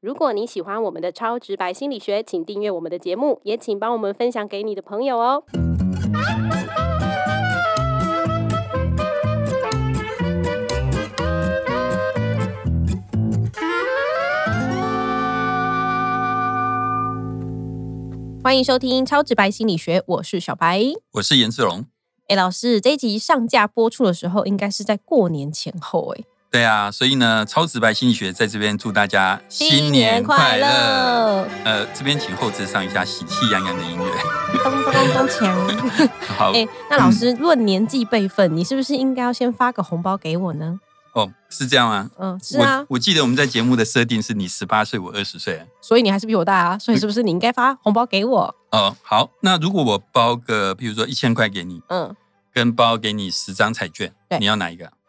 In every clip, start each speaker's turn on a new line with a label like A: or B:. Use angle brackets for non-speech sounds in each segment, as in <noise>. A: 如果你喜欢我们的超直白心理学，请订阅我们的节目，也请帮我们分享给你的朋友哦。欢迎收听《超直白心理学》，我是小白。
B: 我是颜志龙。
A: 哎，老师，这一集上架播出的时候，应该是在过年前后哎。
B: 对啊，所以呢，超直白心理学在这边祝大家新年快乐。！呃，这边请后置上一下喜气洋洋的音乐。
A: 咚咚咚咚锵！
B: 好、
A: 哎，那老师，论年纪辈分，你是不是应该要先发个红包给我呢？
B: 哦，是这样吗？
A: 嗯，是啊
B: 我，我记得我们在节目的设定是你十八岁，我二十岁。
A: 所以你还是比我大啊，所以是不是你应该发红包给我？
B: 哦，好，那如果我包个，譬如说一千块给你，
A: 嗯，
B: 跟包给你十张彩券
A: 对，
B: 你要哪一个？ <laughs>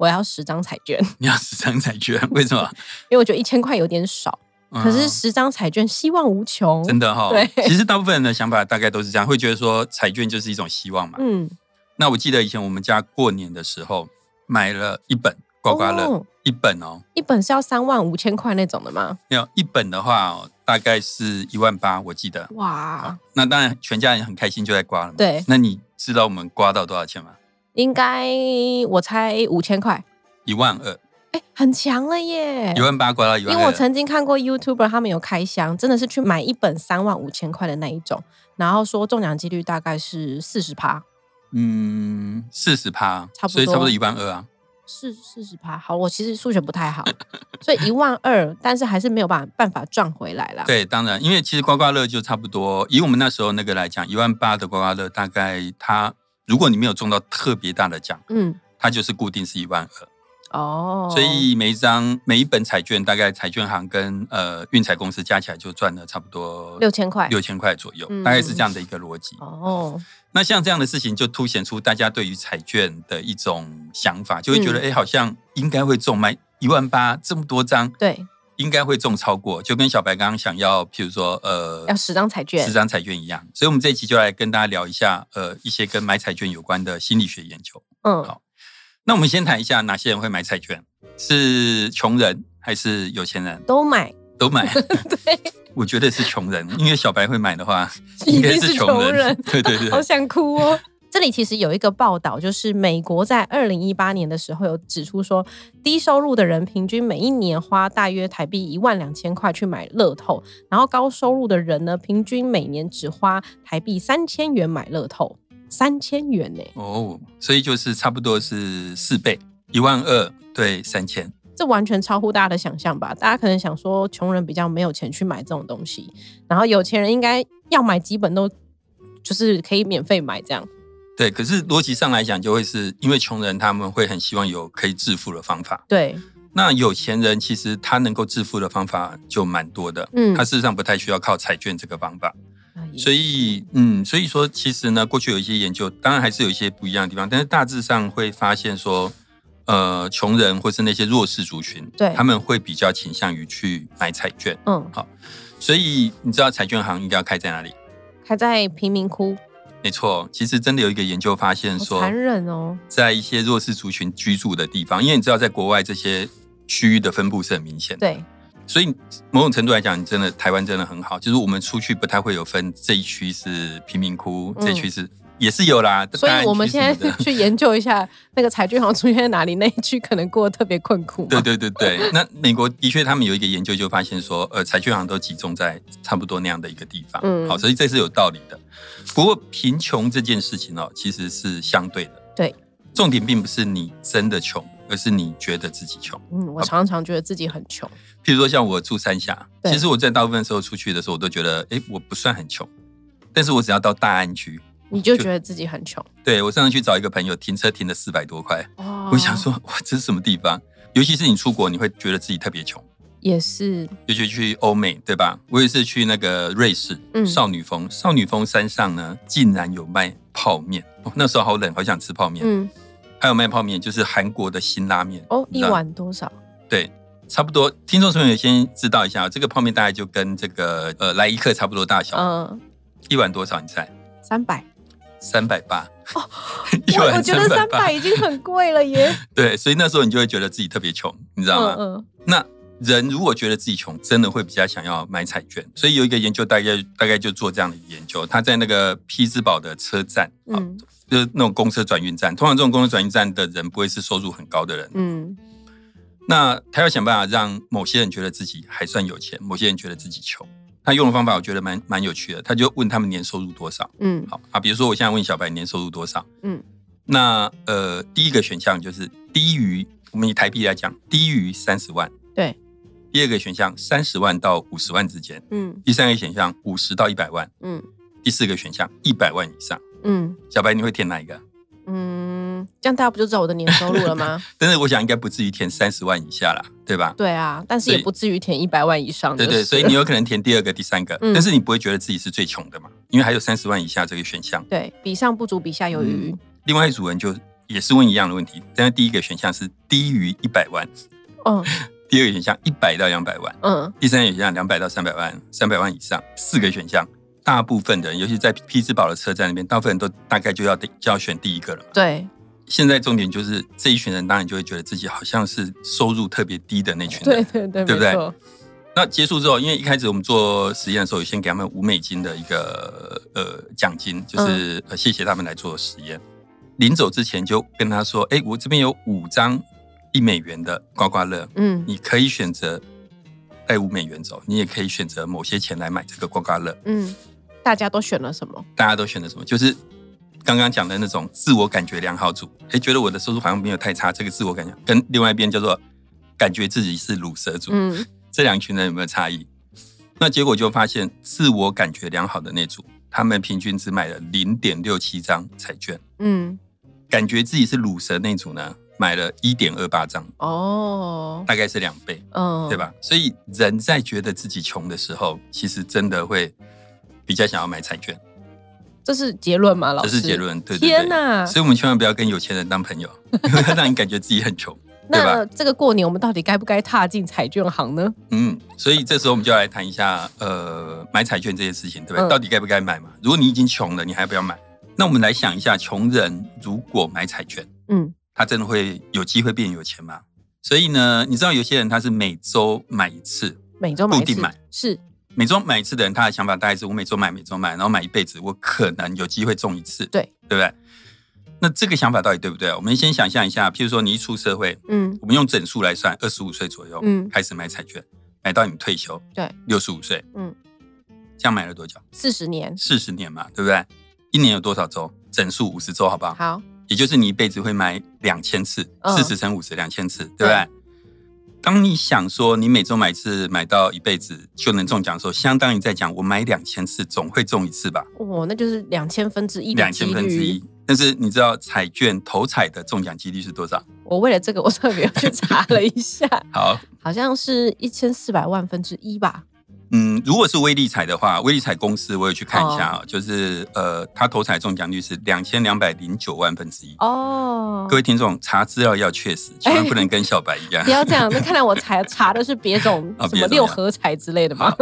A: 我要十张彩券， <laughs>
B: 你要十张彩券？为什么？
A: 因为我觉得一千块有点少，可是
B: 嗯
A: 十张彩券希望无穷。
B: 真的哈、
A: 对
B: 其实大部分人的想法大概都是这样，会觉得说彩券就是一种希望嘛。
A: 嗯，
B: 那我记得以前我们家过年的时候买了一本刮刮乐，
A: 哦
B: 一本哦，
A: 一本是要三万五千块那种的吗？
B: 没有一本的话、哦、大概是一万八，我记得。
A: 哇，
B: 那当然，全家人很开心就在刮了嘛。
A: 对
B: 那你知道我们刮到多少钱吗？
A: 应该我猜五千块，
B: 一万二，
A: 哎，很强了耶
B: 一！万八刮到一
A: 因
B: 万
A: 为我
B: 二。
A: 曾经看过 YouTuber 他们有开箱，真的是去买一本三万五千块的那一种，然后说中奖几率大概是四十趴，
B: 嗯，四十趴，
A: 差不多
B: 所以差不多一万二啊。
A: 四四十趴。好，我其实数学不太好，所以一万二，但是还是没有办法办法赚回来啦。
B: 对，当然，因为其实刮刮乐就差不多，以我们那时候那个来讲，一万八的刮刮乐，大概它如果你没有中到特别大的奖，
A: 嗯，
B: 它就是固定是一万二。
A: 哦，
B: 所以每一张每一本彩券，大概彩券行跟呃运彩公司加起来就赚了差不多
A: 六千块，
B: 六千块左右
A: 嗯，
B: 大概是这样的一个逻辑。
A: 哦，
B: 那像这样的事情，就凸显出大家对于彩券的一种想法，就会
A: 嗯
B: 觉得哎、诶好像应该会中，买一万八这么多张，
A: 对，
B: 应该会中超过，就跟小白刚刚想要，譬如说呃
A: 要十张彩券
B: 十张彩券一样。所以，我们这一期就来跟大家聊一下呃一些跟买彩券有关的心理学研究。
A: 嗯
B: 好，那我们先谈一下哪些人会买彩券，是穷人还是有钱人
A: 都买， <laughs>
B: 都买？啊
A: 对，
B: <laughs> 我觉得是穷人，因为小白会买的话，
A: 一
B: 应该
A: 定是
B: 穷
A: 穷人
B: 对对对
A: <laughs> 好，想哭哦。这里其实有一个报道，就是美国在二零一八年的时候有指出说，低收入的人平均每一年花大约台币一万两千块去买乐透，然后高收入的人呢，平均每年只花台币三千元买乐透，三千元呢、
B: 哦，所以就是差不多是四倍，一万二对三千。
A: 这完全超乎大家的想象吧？大家可能想说，穷人比较没有钱去买这种东西，然后有钱人应该要买几本都就是可以免费买这样。
B: 对，可是逻辑上来讲，就会是因为穷人他们会很希望有可以致富的方法。
A: 对，
B: 那有钱人其实他能够致富的方法就蛮多的，
A: 嗯
B: 他事实上不太需要靠彩券这个方法。
A: 哎
B: 啊所以，嗯，所以说，其实呢，过去有一些研究，当然还是有一些不一样的地方，但是大致上会发现说，呃，穷人或是那些弱势族群，
A: 对
B: 他们会比较倾向于去买彩券。
A: 嗯，
B: 所以，你知道彩券行应该要开在哪里？
A: 还在贫民窟，
B: 没错，其实真的有一个研究发现
A: 好
B: 说，
A: 残忍哦。
B: 在一些弱势族群居住的地方，因为你知道，在国外这些区域的分布是很明显的，
A: 对，
B: 所以某种程度来讲，你真的台湾真的很好，就是我们出去不太会有分这一区是贫民窟，
A: 嗯
B: 这一区是也是有啦。
A: 所
B: 大安
A: 以
B: 区
A: 我们现在
B: 什么的 <laughs>
A: 去研究一下那个彩券行出现在哪里， <laughs> 那一区可能过得特别困苦嘛。
B: 对对对对，那美国的确，他们有一个研究就发现说，呃，彩券行都集中在差不多那样的一个地方，
A: 嗯
B: 好，所以这是有道理的。不过贫穷这件事情哦，其实是相对的，
A: 对，
B: 重点并不是你真的穷，而是你觉得自己穷。
A: 嗯，我常常觉得自己很穷。
B: 譬如说像我住三峡，
A: 对
B: 其实我在大部分时候出去的时候，我都觉得，哎，我不算很穷，但是我只要到大安区，
A: 你就觉得自己很穷，
B: 对我上次去找一个朋友停车停了四百多块，
A: 哇
B: <laughs> 我想说，哇，这是什么地方？尤其是你出国，你会觉得自己特别穷，
A: 也是，
B: 尤其去欧美，对吧？我也是去那个瑞士，
A: 嗯
B: 少女峰，少女峰山上呢，竟然有卖泡面、哦那时候好冷，好想吃泡面，
A: 嗯，
B: 还有卖泡面，就是韩国的辛拉面
A: 哦，
B: 你
A: 一
B: 知道
A: 碗多少？
B: 对，差不多。听众朋友先知道一下，这个泡面大概就跟这个呃来一克差不多大小，
A: 嗯，
B: 一碗多少？你猜？
A: 三百。
B: 三百八。 <laughs> 一
A: 哦我
B: 碗
A: 我觉得三
B: 380
A: 百已经很贵了耶。
B: 对，所以那时候你就会觉得自己特别穷，你知道吗？
A: 嗯
B: 那人如果觉得自己穷，真的会比较想要买彩券。所以有一个研究，大概大概就做这样的研究，他在那个匹兹堡的车站，啊、
A: 嗯
B: 就是那种公车转运站，通常这种公车转运站的人不会是收入很高的人，
A: 嗯
B: 那他要想办法让某些人觉得自己还算有钱，某些人觉得自己穷。他用的方法我觉得蛮蛮有趣的，他就问他们年收入多少。
A: 嗯
B: 好啊，比如说我现在问小白年收入多少，
A: 嗯，
B: 那呃第一个选项就是低于我们以台币来讲，低于三十万。
A: 对。
B: 第二个选项三十万到五十万之间，
A: 嗯
B: 第三个选项五十到一百万，
A: 嗯
B: 第四个选项一百万以上。
A: 嗯
B: 小白你会填哪一个？
A: 嗯，这样大家不就知道我的年收入了吗？ <laughs>
B: 但是我想应该不至于填三十万以下啦，对吧？
A: 对啊，但是也
B: 所以
A: 不至于填一百万以上
B: 对
A: 的。
B: 对，所以你有可能填第二个、第三个，
A: 嗯
B: 但是你不会觉得自己是最穷的嘛，因为还有三十万以下这个选项。嗯
A: 对比上不足，比下有余。
B: 另外一组人就也是问一样的问题，但是第一个选项是低于一百万，
A: 嗯
B: 第二个选项一百到两百万，
A: 嗯
B: 第三个选项两百到三百万，三百万以上，四个选项。大部分的人，尤其在匹兹堡的车站那边，大部分人都大概就要就要选第一个了嘛。
A: 对
B: 现在重点就是这一群人，当然就会觉得自己好像是收入特别低的那群人。
A: 对对对，
B: 对不对
A: 没错。
B: 那结束之后，因为一开始我们做实验的时候，有先给他们五美金的一个呃奖金，就是、呃谢谢他们来做实验。临走之前就跟他说：“哎、我这边有五张一美元的刮刮乐，
A: 嗯
B: 你可以选择带五美元走，你也可以选择某些钱来买这个刮刮乐。
A: 嗯，大家都选了什么？”
B: 大家都选择什么？就是刚刚讲的那种自我感觉良好组，哎、觉得我的收入好像没有太差，这个自我感觉跟另外一边叫做感觉自己是卤蛇组。
A: 嗯
B: 这两群人有没有差异？那结果就发现，自我感觉良好的那组，他们平均只买了零点六七张彩券，
A: 嗯
B: 感觉自己是乳蛇那组呢，买了一点二八张，
A: 哦
B: 大概是两倍，
A: 嗯，
B: 对？吧？所以人在觉得自己穷的时候，其实真的会比较想要买彩券，
A: 这是结论吗？老
B: 这
A: 师，
B: 是结。论。对对对。
A: 天哪！
B: 所以我们千万不要跟有钱人当朋友，因为会让你感觉自己很穷。对吧
A: 那这个过年我们到底该不该踏进彩券行呢？
B: 嗯，所以这时候我们就要来谈一下，呃，买彩券这件事情，对不对？
A: 嗯
B: 到底该不该买嘛？如果你已经穷了，你还要不要买？那我们来想一下，穷人如果买彩券，
A: 嗯
B: 他真的会有机会变有钱吗？所以呢，你知道有些人他是每周买一次，
A: 每周买一
B: 固定
A: 次
B: 买
A: 是
B: 每周买一次的人，他的想法大概是我每周买，每周买，然后买一辈子，我可能有机会中一次，
A: 对
B: 对不对？那这个想法到底对不对？我们先想象一下，譬如说你一出社会，
A: 嗯
B: 我们用整数来算，二十五岁左右，
A: 嗯
B: 开始买彩券，买到你退休，
A: 对，
B: 六十五岁，
A: 嗯，
B: 这样买了多久？
A: 四十年
B: 四十年嘛，对不对？一年有多少周？整数五十周，好不好？
A: 好
B: 也就是你一辈子会买两千次，
A: 嗯
B: 四十乘五十，两千次，对不对？当你想说你每周买一次，买到一辈子就能中奖的时候，相当于在讲我买两千次总会中一次吧，
A: 哦，那就是两千分之一的
B: 两
A: 几
B: 千分之
A: 率。
B: 一。但是你知道彩券头彩的中奖几率是多少？
A: 我为了这个，我特别去查了一下， <laughs>
B: 好，
A: 好像是一千四百万分之一吧。
B: 嗯，如果是威力彩的话，威力彩公司我有去看一下啊、
A: 哦
B: 就是呃，它头彩中奖率是两千两百零九万分之一。
A: 哦
B: 各，位听众，查资料要确实，千万不能跟小白一样
A: 不。要这样，那看来我查查的是别种
B: <laughs> 啊
A: 什
B: 别
A: 么
B: 种
A: 六
B: 呀
A: 合彩之类的吧？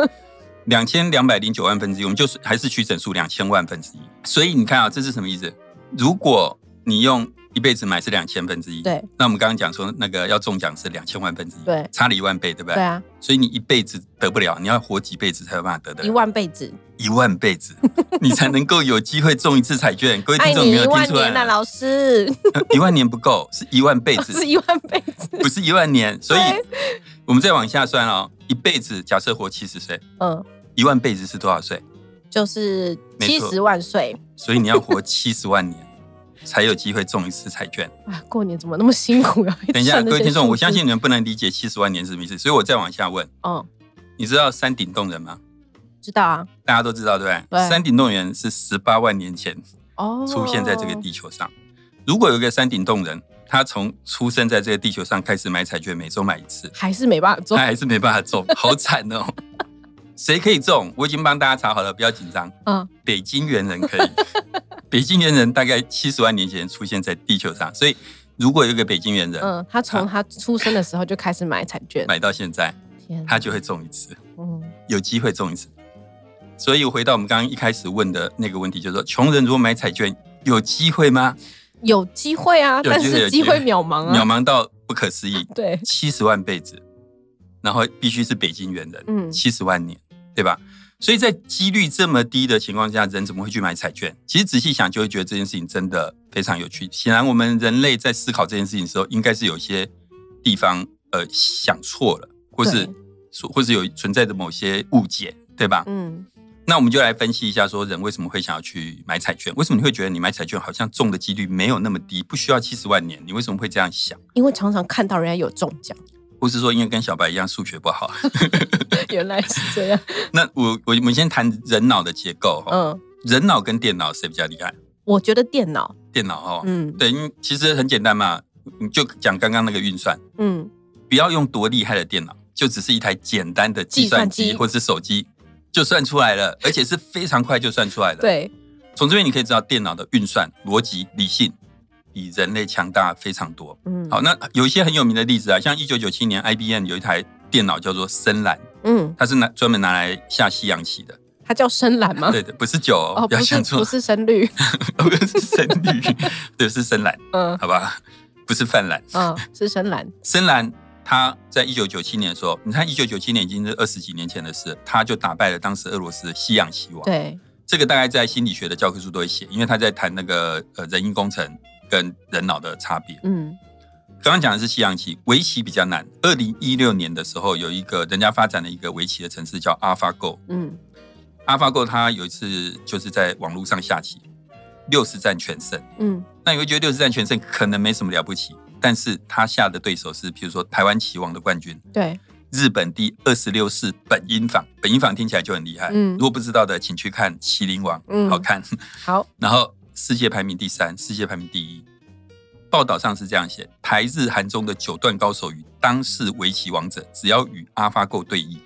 B: 两千两百零九万分之一，我们就是还是取整数两千万分之一。所以你看啊，这是什么意思？如果你用一辈子买是两千分之一，
A: 对
B: 那我们刚刚讲说那个要中奖是两千万分之一，
A: 对
B: 差了一万倍，对不对？
A: 对啊，
B: 所以你一辈子得不了，你要活几辈子才有办法得的
A: 一。万辈子，
B: 一万辈子，你才能够有机会中一次彩券。各位
A: 爱
B: 听众，
A: 你
B: 你没
A: 一
B: 有听
A: 万
B: 出来
A: 年呐、老师，
B: 呃 <laughs> 一万年不够，是一万辈子
A: <laughs> 是，一万辈子。
B: 不是一万年。所以
A: 对
B: 我们再往下算哦，一辈子假设活七十岁，
A: 嗯，
B: 一万辈子是多少岁？
A: 就是
B: 没
A: 七
B: 错
A: 十万岁
B: 所以你要活七十万年才有机会中一次彩 <laughs> 券。
A: 啊！过年怎么那么辛苦呀？
B: <laughs> 等一下，
A: 算这
B: 各位
A: 些
B: 听众，
A: 数
B: 我相
A: 字
B: 信，你们不能理解七十万年是什么意思，所以我再往下问，
A: 嗯，
B: 你知道山顶洞人吗？
A: 知道啊。
B: 大家都知道对不对？
A: 对
B: 山顶洞人是十八万年前
A: 哦，
B: 出现在这个地球上。如果有一个山顶洞人，他从出生在这个地球上开始买彩券，每周买一次，
A: 还是没办法
B: 他
A: 做。
B: 还是没办法中，好惨 <laughs> 哦。谁可以中？我已经帮大家查好了，不要紧张。
A: 嗯，
B: 北京猿人可以。北京猿人大概七十万年前出现在地球上，所以如果有一个北京猿人、
A: 嗯，他从他出生的时候就开始买彩券，
B: 买到现在，
A: 天，
B: 他就会中一次，
A: 嗯
B: 有机会中一次。所以回到我们刚刚一开始问的那个问题，就是说，穷人如果买彩券有机会吗？
A: 有机会啊，
B: 有
A: 但
B: 机会
A: 是
B: 有
A: 机
B: 机
A: 会
B: 会
A: 渺茫啊。
B: 渺茫到不可思议，
A: 对，
B: 七十万辈子。然后必须是北京猿人，
A: 嗯
B: 嗯，七十万年，对吧？所以在几率这么低的情况下，人怎么会去买彩券？其实仔细想，就会觉得这件事情真的非常有趣。显然，我们人类在思考这件事情的时候，应该是有些地方呃想错了，或是
A: 对
B: 所或是有存在的某些误解，对吧？
A: 嗯
B: 那我们就来分析一下，说人为什么会想要去买彩券？为什么你会觉得你买彩券好像中的几率没有那么低，不需要七十万年？你为什么会这样想？
A: 因为常常看到人家有中奖，
B: 或是说，因为跟小白一样数学不好？
A: <laughs>
B: <laughs>
A: 原来是这样。
B: 那我我我们先谈人脑的结构哈、
A: 嗯，
B: 人脑跟电脑谁比较厉害？
A: 我觉得电脑，
B: 电脑哈、
A: 嗯
B: 对，因为其实很简单嘛，你就讲刚刚那个运算，
A: 嗯，
B: 不要用多厉害的电脑，就只是一台简单的
A: 计
B: 计算
A: 算
B: 机
A: 机
B: 或是手机就算出来了，而且是非常快就算出来了。
A: 对，
B: 从这边你可以知道，电脑的运算、逻辑、理性比人类强大非常多。
A: 嗯
B: 好，那有一些很有名的例子啊，像一九九七年 IBM 有一台电脑叫做深蓝，
A: 嗯，
B: 它是拿专门拿来下西洋棋的。
A: 它叫深蓝吗？
B: 对的，不是酒哦，
A: 哦，
B: 不
A: 不
B: 要
A: 是
B: 想
A: 不
B: 错，
A: 是深绿，
B: <laughs> 不是深绿，对，是深蓝，
A: 嗯
B: 好吧，不是泛蓝。
A: 嗯，是深蓝，
B: 深蓝他在一九九七年的时候，你看一九九七年已经是二十几年前的事，他就打败了当时俄罗斯的西洋棋王。
A: 对，
B: 这个大概在心理学的教科书都会写，因为他在谈那个呃人因工程跟人脑的差别。
A: 嗯
B: 刚刚讲的是西洋棋，围棋比较难。二零一六年的时候，有一个人家发展了一个围棋的城市叫 AlphaGo。
A: 嗯，
B: AlphaGo 它有一次就是在网络上下棋，六十战全胜。
A: 嗯
B: 那你会觉得六十战全胜可能没什么了不起，但是他下的对手是譬如说台湾棋王的冠军，
A: 对，
B: 日本第二十六世本因坊。本因坊听起来就很厉害。
A: 嗯
B: 如果不知道的，请去看《麒麟王》，
A: 嗯
B: 好看。
A: 好，
B: 然后世界排名第三，世界排名第一。报道上是这样写：台日韩中的九段高手与当世围棋王者，只要与阿发狗对弈，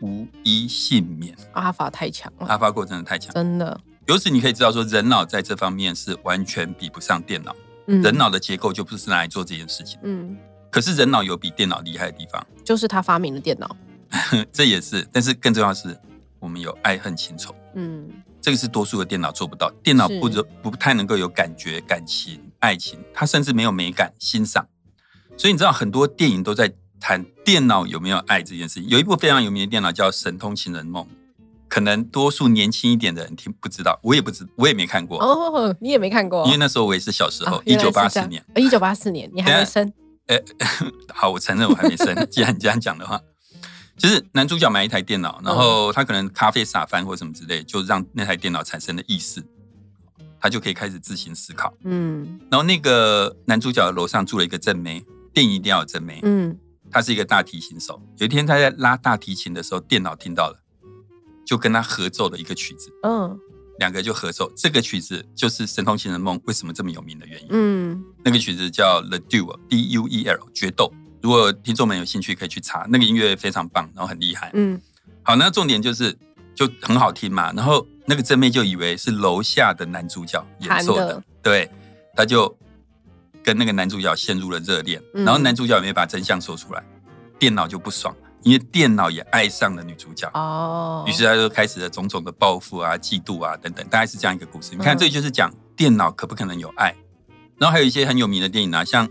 B: 无一幸免。
A: 阿法太强了，
B: 阿发狗真的太强，
A: 真的，
B: 由此你可以知道说，人脑在这方面是完全比不上电脑。
A: 嗯
B: 人，脑的结构就不是拿来做这件事情。
A: 嗯，
B: 可是人脑有比电脑厉害的地方， <laughs>
A: 就是他发明的电脑，
B: 这也是。但是更重要的是，我们有爱恨情仇，
A: 嗯
B: 这个是多数的电脑做不到。电脑
A: 是
B: 不能不太能够有感觉、感情、爱情，它甚至没有美感、欣赏。所以你知道很多电影都在谈电脑有没有爱这件事情。有一部非常有名的电脑叫《神通情人梦》，可能多数年轻一点的人听不知道，我也不知，我也没看过，
A: 哦，你也没看过，啊
B: 因为那时候我也是小时哦候，一九八四年。，
A: 哦一九八四年，你还没
B: 等下
A: 生，
B: 呃好，我承认我还没生。既然你这样讲的话，就是男主角买一台电脑，然后他可能咖啡洒翻或什么之类，就让那台电脑产生了意识，他就可以开始自行思考。
A: 嗯
B: 然后那个男主角楼上住了一个正妹，电影一定要有正妹，
A: 嗯，
B: 他是一个大提琴手。有一天他在拉大提琴的时候，电脑听到了，就跟他合奏了一个曲子，
A: 嗯
B: 两个就合奏。这个曲子就是《神通情人梦》为什么这么有名的原因。
A: 嗯，
B: 那个曲子叫《The Duel》D U E L 决斗。如果听众们有兴趣，可以去查，那个音乐非常棒，然后很厉害。
A: 嗯
B: 好，那重点就是就很好听嘛。然后那个正妹就以为是楼下的男主角演奏
A: 弹
B: 的
A: 的，
B: 对，他就跟那个男主角陷入了热恋。
A: 嗯
B: 然后男主角也没把真相说出来，电脑就不爽了，因为电脑也爱上了女主角。
A: 哦，
B: 于是他就开始了种种的报复啊、嫉妒啊等等，大概是这样一个故事。你看，
A: 嗯
B: 这就是讲电脑可不可能有爱。然后还有一些很有名的电影啊，像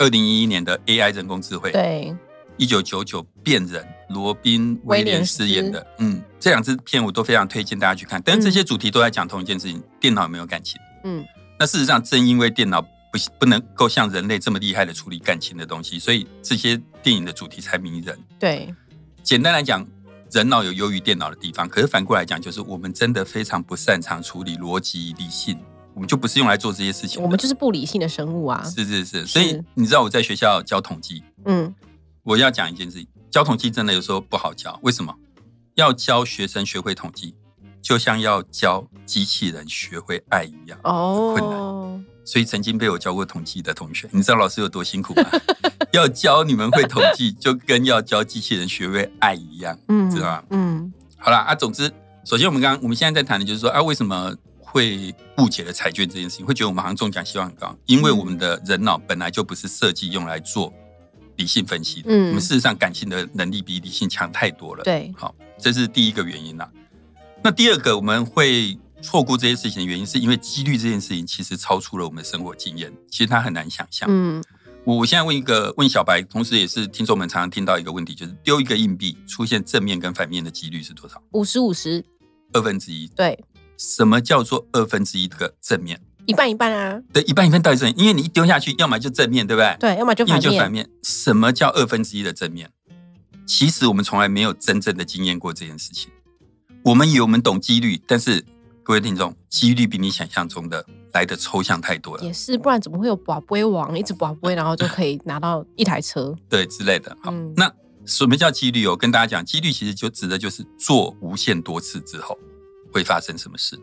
B: 二零一一年的 AI 人工智慧，
A: 对，
B: 一九九九变人，罗宾威廉斯演的，嗯，这两支片我都非常推荐大家去看。但是这些主题都在讲同一件事情：电脑有没有感情？
A: 嗯
B: 那事实上，正因为电脑不不能够像人类这么厉害的处理感情的东西，所以这些电影的主题才迷人。
A: 对，
B: 简单来讲，人脑有优于电脑啊的地方，可是反过来讲，就是我们真的非常不擅长处理逻辑理性，我们就不是用来做这些事情的。
A: 我们就是不理性的生物啊，
B: 是是是，所以你知道我在学校教统计，
A: 嗯
B: 我要讲一件事情，教统计真的有时候不好教，为什么？要教学生学会统计，就像要教机器人学会爱一
A: <laughs>
B: 样。
A: 哦，
B: 所以曾经被我教过统计的同学，你知道老师有多辛苦
A: <laughs>
B: 吗？要教你们会统计，就跟要教机器人学会爱一样。
A: 嗯，
B: 知道吧
A: 嗯
B: 好啦，啊，总之，首先我们刚刚我们现在在谈的就是说啊，为什么会误解了彩券这件事情，会觉得我们好像中奖希望很高，因为我们的人脑本来就不是设计用来做理性分析的，
A: 嗯
B: 我们事实上感性的能力比理性强太多了。，
A: 对，
B: 好，这是第一个原因啦。啊那第二个我们会错过这些事情的原因，是因为几率这件事情其实超出了我们的生活经验，其实它很难想象。
A: 嗯
B: 我我现在问一个问小白，同时也是听众们常常听到一个问题，就是丢一个硬币出现正面跟反面的几率是多少？
A: 五十五十，
B: 二分之一。
A: 对，
B: 什么叫做二分之一的正面？
A: 一半一半啊，
B: 对，一半一半到底正面，因为你一丢下去，要么就正面，对不对？
A: 对，要么就
B: 因
A: 反
B: 为
A: 面，
B: 就反面。什么叫二分之一的正面？其实我们从来没有真正的经验过这件事情。我们以为我们懂几率，但是各位听众，几率比你想象中的来的抽象太多了，
A: 也是，不然怎么会有宝龟王一直宝龟，然后就可以拿到一台车？
B: 对之类的。好，
A: 嗯
B: 那什么叫几率哦？我跟大家讲，几率其实就指的就是做无限多次之后会发生什么事。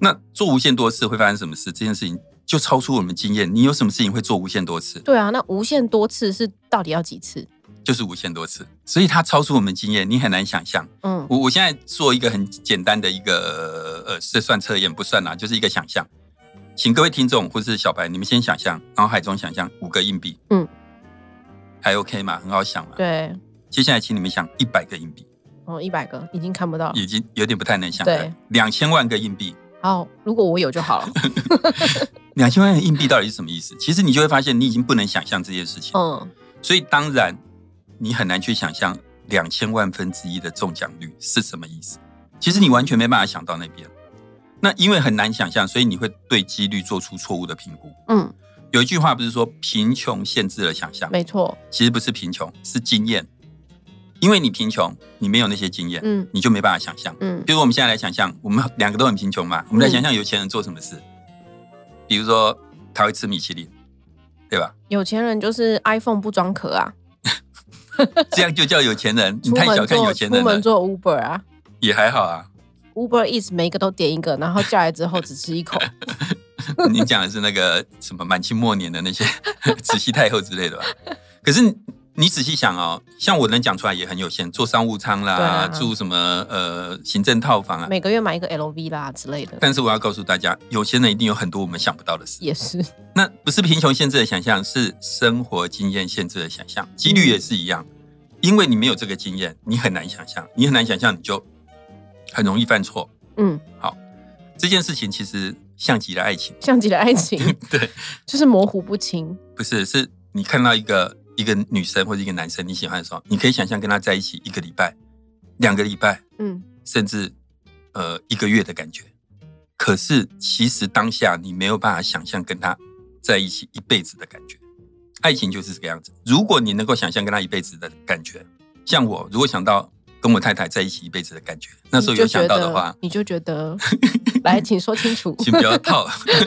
B: 那做无限多次会发生什么事？这件事情就超出我们经验。你有什么事情会做无限多次？
A: 对啊，那无限多次是到底要几次？
B: 就是无限多次，所以它超出我们经验，你很难想象。
A: 嗯，
B: 我我现在做一个很简单的一个呃，是算测验不算啦，就是一个想象，请各位听众或是小白，你们先想象，脑海中想象五个硬币，
A: 嗯，
B: 还 OK 嘛，很好想嘛。
A: 对，
B: 接下来请你们想一百个硬币，
A: 哦，一百个已经看不到了。
B: 已经有点不太能
A: 啊
B: 想
A: 对
B: 了。两千万个硬币，
A: 好，如果我有就好
B: <laughs>
A: 了。
B: 两千万个硬币到底是什么意思？其实你就会发现，你已经不能想象这件事情，
A: 嗯，
B: 所以当然你很难去想象两千万分之一的中奖率是什么意思。其实你完全没办法想到那边。那因为很难想象，所以你会对几率做出错误的评估。
A: 嗯，
B: 有一句话不是说贫穷限制了想象，
A: 没错。
B: 其实不是贫穷，是经验。因为你贫穷，你没有那些经验，
A: 嗯
B: 你就没办法想象。
A: 嗯
B: 比如我们现在来想象，我们两个都很贫穷嘛，我们来想象有钱人做什么事，比如说他会吃米其林，对
A: <laughs>
B: 吧？
A: 有钱人就是 iPhone 不装壳啊，
B: 这样就叫有钱人，你
A: 出
B: 太
A: 门
B: 小看
A: 做
B: 有钱
A: 出
B: 人了
A: 门，做 Uber 啊
B: 也还好
A: <laughs>
B: 啊。
A: ，Uber Eats 每一个都点一个，然后叫来之后只吃
B: <laughs>
A: 一口。
B: 你讲的是那个什么满清末年的
A: <laughs>
B: 那些慈禧太后之类的吧？可是你你仔细想哦，像我能讲出来也很有限，做商务舱啦，
A: 对啊
B: 住什么呃行政套房啊。
A: 每个月买一个 LV 啦之类的，
B: 但是我要告诉大家，有钱人一定有很多我们想不到的事。
A: 也是
B: 那不是贫穷限制的想象，是生活经验限制的想象，几率也是一样。因为你没有这个经验，你很难想象，你很难想象，你就很容易犯错。
A: 嗯，
B: 这件事情其实像极了爱情， <laughs>
A: 像极了爱情， <laughs>
B: 对，
A: 就是模糊不清。
B: 不是，是你看到一个一个女生或者一个男生你喜欢的时候，你可以想象跟他在一起一个礼拜、两个礼拜，
A: 嗯，
B: 甚至呃一个月的感觉。可是其实当下你没有办法想象跟他在一起一辈子的感觉。爱情就是这个样子。如果你能够想象跟他一辈子的感觉，像我如果想到跟我太太在一起一辈子的感觉，那时候有想到的话， <laughs>
A: 你就觉得，你就觉得来，请说清楚。
B: 请不要套， <laughs>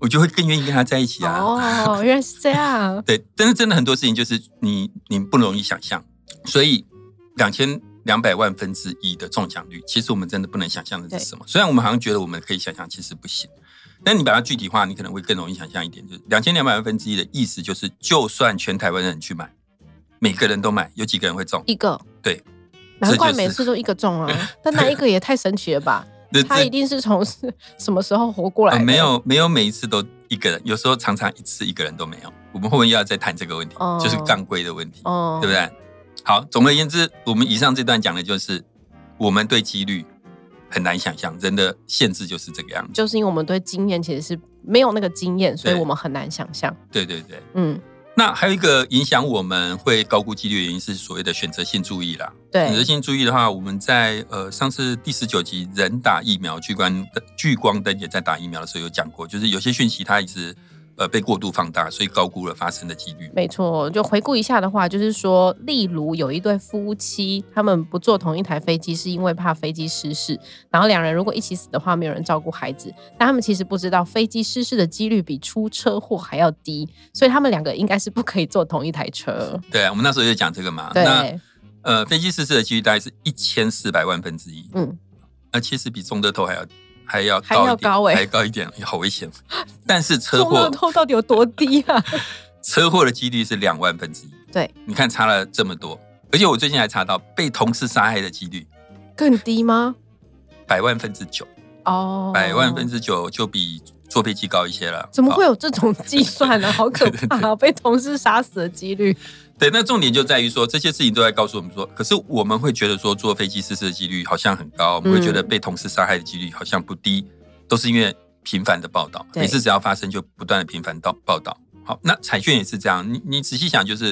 B: 我就会更愿意跟他在一起啊。
A: 哦，原来是这样。
B: 对，但是真的很多事情就是你你不容易想象，所以两千两百万分之一的中奖率，其实我们真的不能想象的是什么。虽然我们好像觉得我们可以想象，其实不行。但你把它具体化，你可能会更容易想象一点。就是两千两百万分之一的意思，就是就算全台湾人去买，每个人都买，有几个人会中？
A: <laughs> 一个，
B: 对，
A: 难怪
B: 这就是
A: 每次都一个中
B: <laughs>
A: 啊，但那一个也太神奇了吧？
B: 这
A: 他一定是从什么时候活过来
B: 呃
A: 的？
B: 没，有没有每一次都一个人，有时候常常一次一个人都没有。我们后面又要再谈这个问题，
A: 哦
B: 就是杠规的问题。
A: 哦，
B: 对不？对？好，总而言之，我们以上这段讲的就是我们对几率很难想象，人的限制就是这个样子。
A: 就是因为我们对经验其实是没有那个经验，所以
B: 对
A: 我们很难想象。
B: 对对对。
A: 嗯，
B: 那还有一个影响我们会高估几率的原因是所谓的选择性注意啦。选择
A: 对，
B: 性注意的话，我们在呃上次第十九集人打疫苗，聚光灯聚光灯也在打疫苗的时候有讲过，就是有些讯息它一直呃被过度放大，所以高估了发生的几率。
A: 没错。就回顾一下的话，就是说，例如有一对夫妻，他们不坐同一台飞机，是因为怕飞机失事。然后两人如果一起死的话，没有人照顾孩子。但他们其实不知道，飞机失事的几率比出车祸还要低，所以他们两个应该是不可以坐同一台车。
B: 对，啊我们那时候就讲这个嘛。啊那
A: 对，
B: 呃，飞机失事的几率大概是一千四百万分之一。
A: 嗯，
B: 那其实比中乐透还要还要
A: 还要
B: 高一点，
A: 高欸
B: 还高一点，好危
A: <laughs>
B: 险。但是车
A: 中
B: 祸
A: 乐透到底有多低啊？ <laughs>
B: 车祸的几率是两万分之一，
A: 对，
B: 你看差了这么多。而且我最近还查到被同事杀害的几率
A: 更低吗？
B: 百万分之九，
A: 哦，
B: <laughs> 百万分之九就比坐飞机高一些了。
A: 怎么会
B: 好？
A: 有这种计算呢、好
B: <laughs>
A: 可怕、啊，被同事杀死的几率。
B: 对，那重点就在于说这些事情都在告诉我们说，可是我们会觉得说坐飞机失事的几率好像很高，我们会觉得
A: 嗯
B: 被同事杀害的几率好像不低，都是因为频繁的报道，
A: 对
B: 每次只要发生就不断的频繁到报道。好，那彩券也是这样，你你仔细想，就是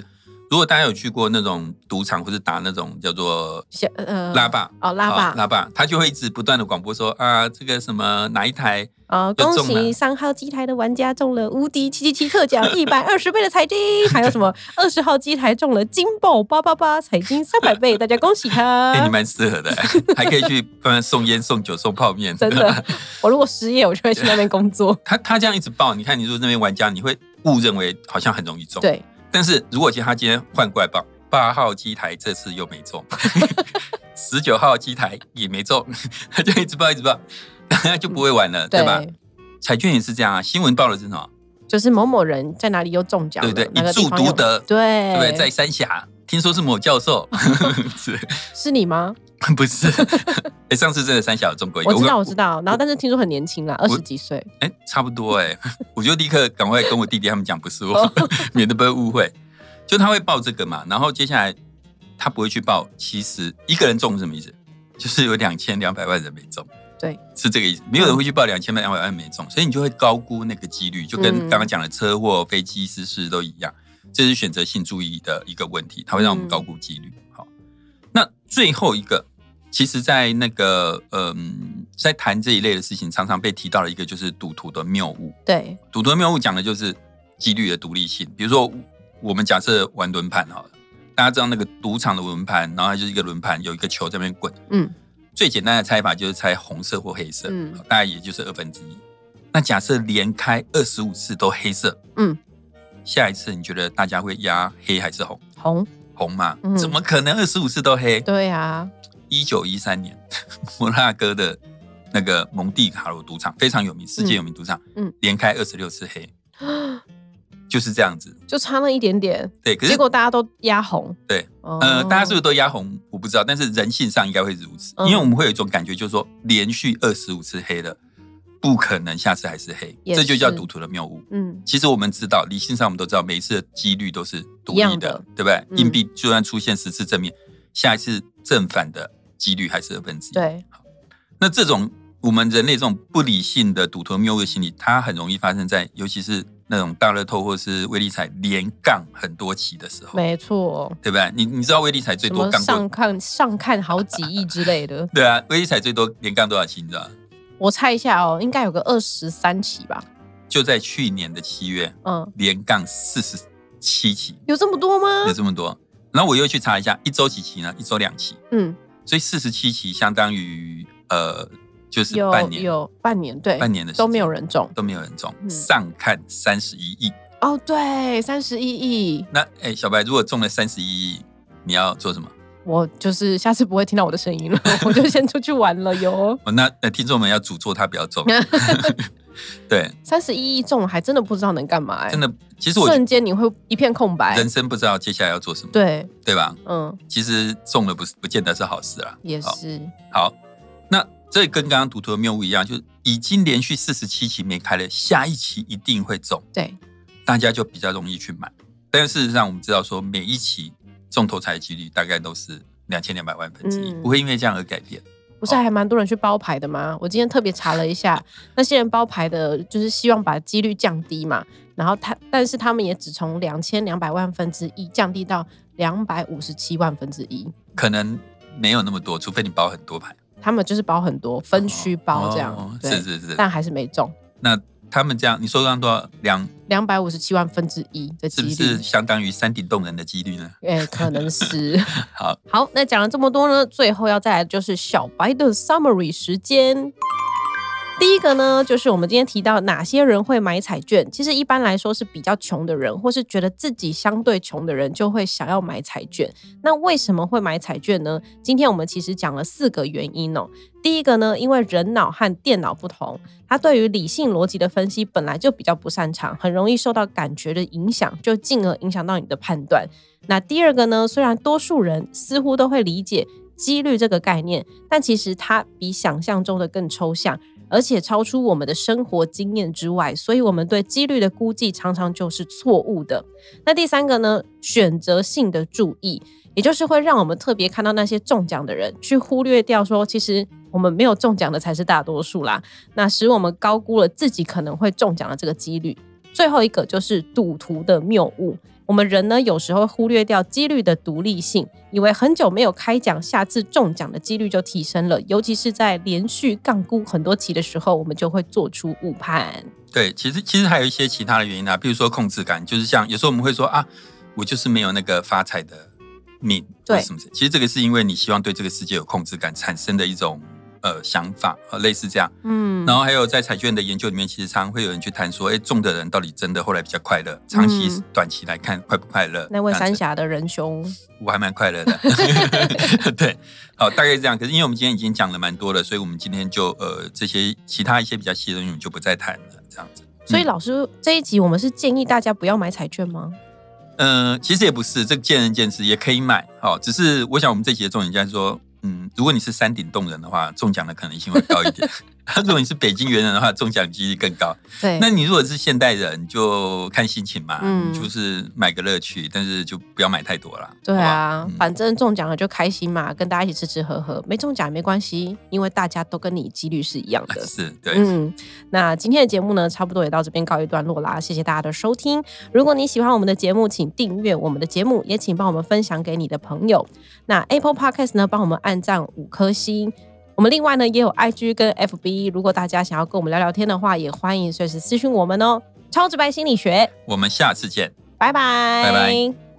B: 如果大家有去过那种赌场或是打那种叫做
A: 小呃
B: 拉霸。
A: 哦拉
B: 啊
A: 吧
B: 拉霸，他就会一直不断的广播说啊，这个什么哪一台
A: 哦，
B: 就
A: 恭
B: 中了
A: 喜三号机台的玩家中了无敌七七七特奖一百二十倍的彩金， <laughs> 还有什么二十号机台中了金爆八八八彩金三百
B: <laughs>
A: 倍，大家恭喜
B: 哎、
A: 他
B: 你！蛮适合的， <laughs> 还可以去帮他送烟、送酒、送泡
A: <laughs>
B: 面。
A: 真
B: <laughs>
A: 的，我如果失业，我就会去那边工作。
B: 他他这样一直报，你看你说那边玩家，你会误认为好像很容易中。。
A: 对，
B: 但是如果今天他今天换过来报，八号机台这次又没中， <laughs> 十九号机台也没中，他就一直报一直报，那就不会玩了，对吧？
A: 嗯对，
B: 彩券也是这样啊，新闻报的是什么？
A: 就是某某人在哪里又中奖了，
B: 对对
A: 哪个
B: 一注
A: 地方又
B: 独得
A: 对
B: 对不对？在三峡，听说是某教授， <laughs> 是
A: 是你吗？
B: 不是？ <laughs> 哎、上次真的三峡有中过一个，
A: 我知道，我
B: 刚
A: 知道。然后，但是听说很年轻啦，二十几岁。
B: 哎、差不多哎、 <laughs> 我就立刻赶快跟我弟弟他们讲，不是我，
A: 哦
B: <laughs> 免得被误会。就他会报这个嘛，然后接下来他不会去报。其实一个人中是什么意思？就是有两千两百万人没中，
A: 对，嗯
B: 是这个意思。没有人会去报两千两百万没中，所以你就会高估那个几率，就跟
A: 嗯
B: 刚刚讲的车祸、飞机失事都一样。这是选择性注意的一个问题，它会让我们
A: 嗯
B: 高估几率。好，那最后一个，其实，在那个嗯、在谈这一类的事情，常常被提到的一个就是赌徒的谬误。
A: 对，
B: 赌徒的谬误讲的就是几率的独立性。比如说，我们假设玩轮盘好了，大家知道那个赌场的轮盘，然后它就是一个轮盘，有一个球在那边滚。
A: 嗯，
B: 最简单的猜法就是猜红色或黑色，
A: 嗯
B: 大概也就是二分之一。那假设连开二十五次都黑色，
A: 嗯，
B: 下一次你觉得大家会压黑还是红？
A: 红，
B: 红嘛，
A: 嗯
B: 怎么可能二十五次都黑？
A: 对啊，
B: 一九一三年，摩纳哥的那个蒙地卡罗赌场非常有名，世界有名赌场，
A: 嗯
B: 连开二十六次
A: <gasps>
B: 黑，就是这样子。
A: 就差那一点点，
B: 对，可是
A: 结果大家都压红。
B: 对
A: 哦，
B: 呃，大家是不是都压红？我不知道，但是人性上应该会如此，
A: 嗯
B: 因为我们会有一种感觉，就是说连续二十五次黑了，不可能下次还是黑，
A: 也
B: 这就叫
A: 是
B: 赌徒的谬误。
A: 嗯，
B: 其实我们知道，理性上我们都知道，每一次的几率都是独
A: 一
B: 立
A: 样
B: 的，
A: 的
B: 对不对？
A: 嗯
B: 硬币就算出现十次正面，下一次正反的几率还是二分之一。
A: 对，
B: 那这种我们人类这种不理性的赌徒谬误的心理，它很容易发生在尤其是那种大乐透或是威力彩连杠很多期的时候，
A: 没错。
B: 对吧？你你知道威力彩哦最
A: 什
B: 多
A: 么
B: 杠
A: 上
B: 过？
A: 看上看好几亿之类
B: <laughs>，
A: 的
B: 对啊，威力彩最多连杠多少期？你知道？
A: 我猜一下哦，应该有个二十三期吧。
B: 就在去年的七月，
A: 嗯，
B: 连杠四十七期，
A: 有这么多
B: 有
A: 吗？
B: 这么多。然后我又去查一下，一周几期呢？一周两期，
A: 嗯，
B: 所以四十七期相当于呃，就是
A: 有
B: 半年
A: 有半年，对，
B: 半年的时间
A: 都没有人中。
B: 都没有人中，
A: 嗯
B: 上看三十一亿。
A: 哦，对，三十一亿，
B: 那哎、小白，如果中了三十一亿，你要做什么？
A: 我就是下次不会听到我的声
B: <laughs>
A: 音了，我就先出去玩了哟。
B: 哦，那呃，听众们要诅咒他不
A: <laughs>
B: 要中。对，
A: 三十一亿中，还真的不知道能干嘛、欸，
B: 真的，其实我
A: 瞬间你会一片空白。
B: 人生不知道接下来要做什么，
A: 对，
B: 对吧？
A: 嗯，
B: 其实中了不是不见得是好事啊啦。
A: 也
B: 好
A: 是，
B: 好，那这跟刚刚赌徒的谬误一样，就是已经连续四十七期没开了，下一期一定会中，
A: 对，
B: 大家就比较容易去买。但事实上，我们知道说每一期中头彩的几率大概都是两千两百万分之一，
A: 嗯
B: 不会因为这样而改变。
A: 不是还蛮多人去包牌的吗？我今天特别查了一下，那些人包牌的就是希望把几率降低嘛，然后他，但是他们也只从两千两百万分之一降低到两百五十七万分之一，
B: 可能没有那么多，除非你包很多牌，
A: 他们就是包很多分区包这样，
B: 哦
A: 对，
B: 是是是。
A: 但还是没中。
B: 那他们这样，你说让多少两，
A: 两百五十七万分之一的几
B: 是不
A: 率，
B: 是相当于山顶洞人的几率呢？
A: 哎、可能是。
B: 好，
A: 好，那讲了这么多呢，最后要再来就是小白的 summary 时间。第一个呢，就是我们今天提到哪些人会买彩券，其实一般来说是比较穷的人，或是觉得自己相对穷的人就会想要买彩券。那为什么会买彩券呢？今天我们其实讲了四个原因哦。第一个呢，因为人脑和电脑不同，他对于理性逻辑的分析本来就比较不擅长，很容易受到感觉的影响，就进而影响到你的判断。那第二个呢，虽然多数人似乎都会理解几率这个概念，但其实它比想象中的更抽象，而且超出我们的生活经验之外，所以我们对几率的估计常常就是错误的。那第三个呢，选择性的注意，也就是会让我们特别看到那些中奖的人，去忽略掉说，其实我们没有中奖的才是大多数啦。那使我们高估了自己可能会中奖的这个几率。最后一个就是赌徒的谬误。我们人呢，有时候忽略掉几率的独立性，以为很久没有开奖，下次中奖的几率就提升了。尤其是在连续杠估很多期的时候，我们就会做出误判。
B: 对，其实其实还有一些其他的原因啊，比如说控制感，就是像有时候我们会说啊，我就是没有那个发财的命，
A: 对
B: 为什么是？其实这个是因为你希望对这个世界有控制感产生的一种呃想法，呃，类似这样。
A: 嗯
B: 然后还有在彩券的研究里面，其实常常会有人去谈说，哎，中的人到底真的后来比较快乐，长期、
A: 嗯
B: 短期来看快不快乐？
A: 那位
B: 这样
A: 三
B: 子
A: 峡的仁兄，
B: 我还蛮快
A: <laughs>
B: 乐的。 <laughs> 对，好，大概是这样。可是因为我们今天已经讲了蛮多了，所以我们今天就呃这些其他一些比较细的东西我们就不再谈了，这样子。
A: 所以老师这一集我们是建议大家不要买彩券吗？
B: 嗯、呃其实也不是，这个见仁见智，也可以买。好、只是我想我们这集的重点在说，嗯，如果你是山顶洞人的话，中奖的可能性会高一点； <laughs> 如果你是北京猿人的话，中奖几率更高。
A: 对
B: 那你如果是现代人，就看心情嘛，
A: 嗯
B: 你就是买个乐趣，但是就不要买太多啦。
A: 对
B: 好
A: 啊
B: 不好，
A: 反正中奖了就开心嘛，跟大家一起吃吃喝喝。没中奖也没关系，因为大家都跟你几率是一样的
B: 嗯、。是对。
A: 嗯，那今天的节目呢，差不多也到这边告一段落啦。谢谢大家的收听。如果你喜欢我们的节目，请订阅我们的节目，也请帮我们分享给你的朋友。那 Apple Podcast 呢，帮我们按赞五颗星。我们另外呢也有 IG 跟 FB，如果大家想要跟我们聊聊天的话，也欢迎随时私讯我们哦。超直白心理学，
B: 我们下次见。
A: 拜拜，
B: 拜拜。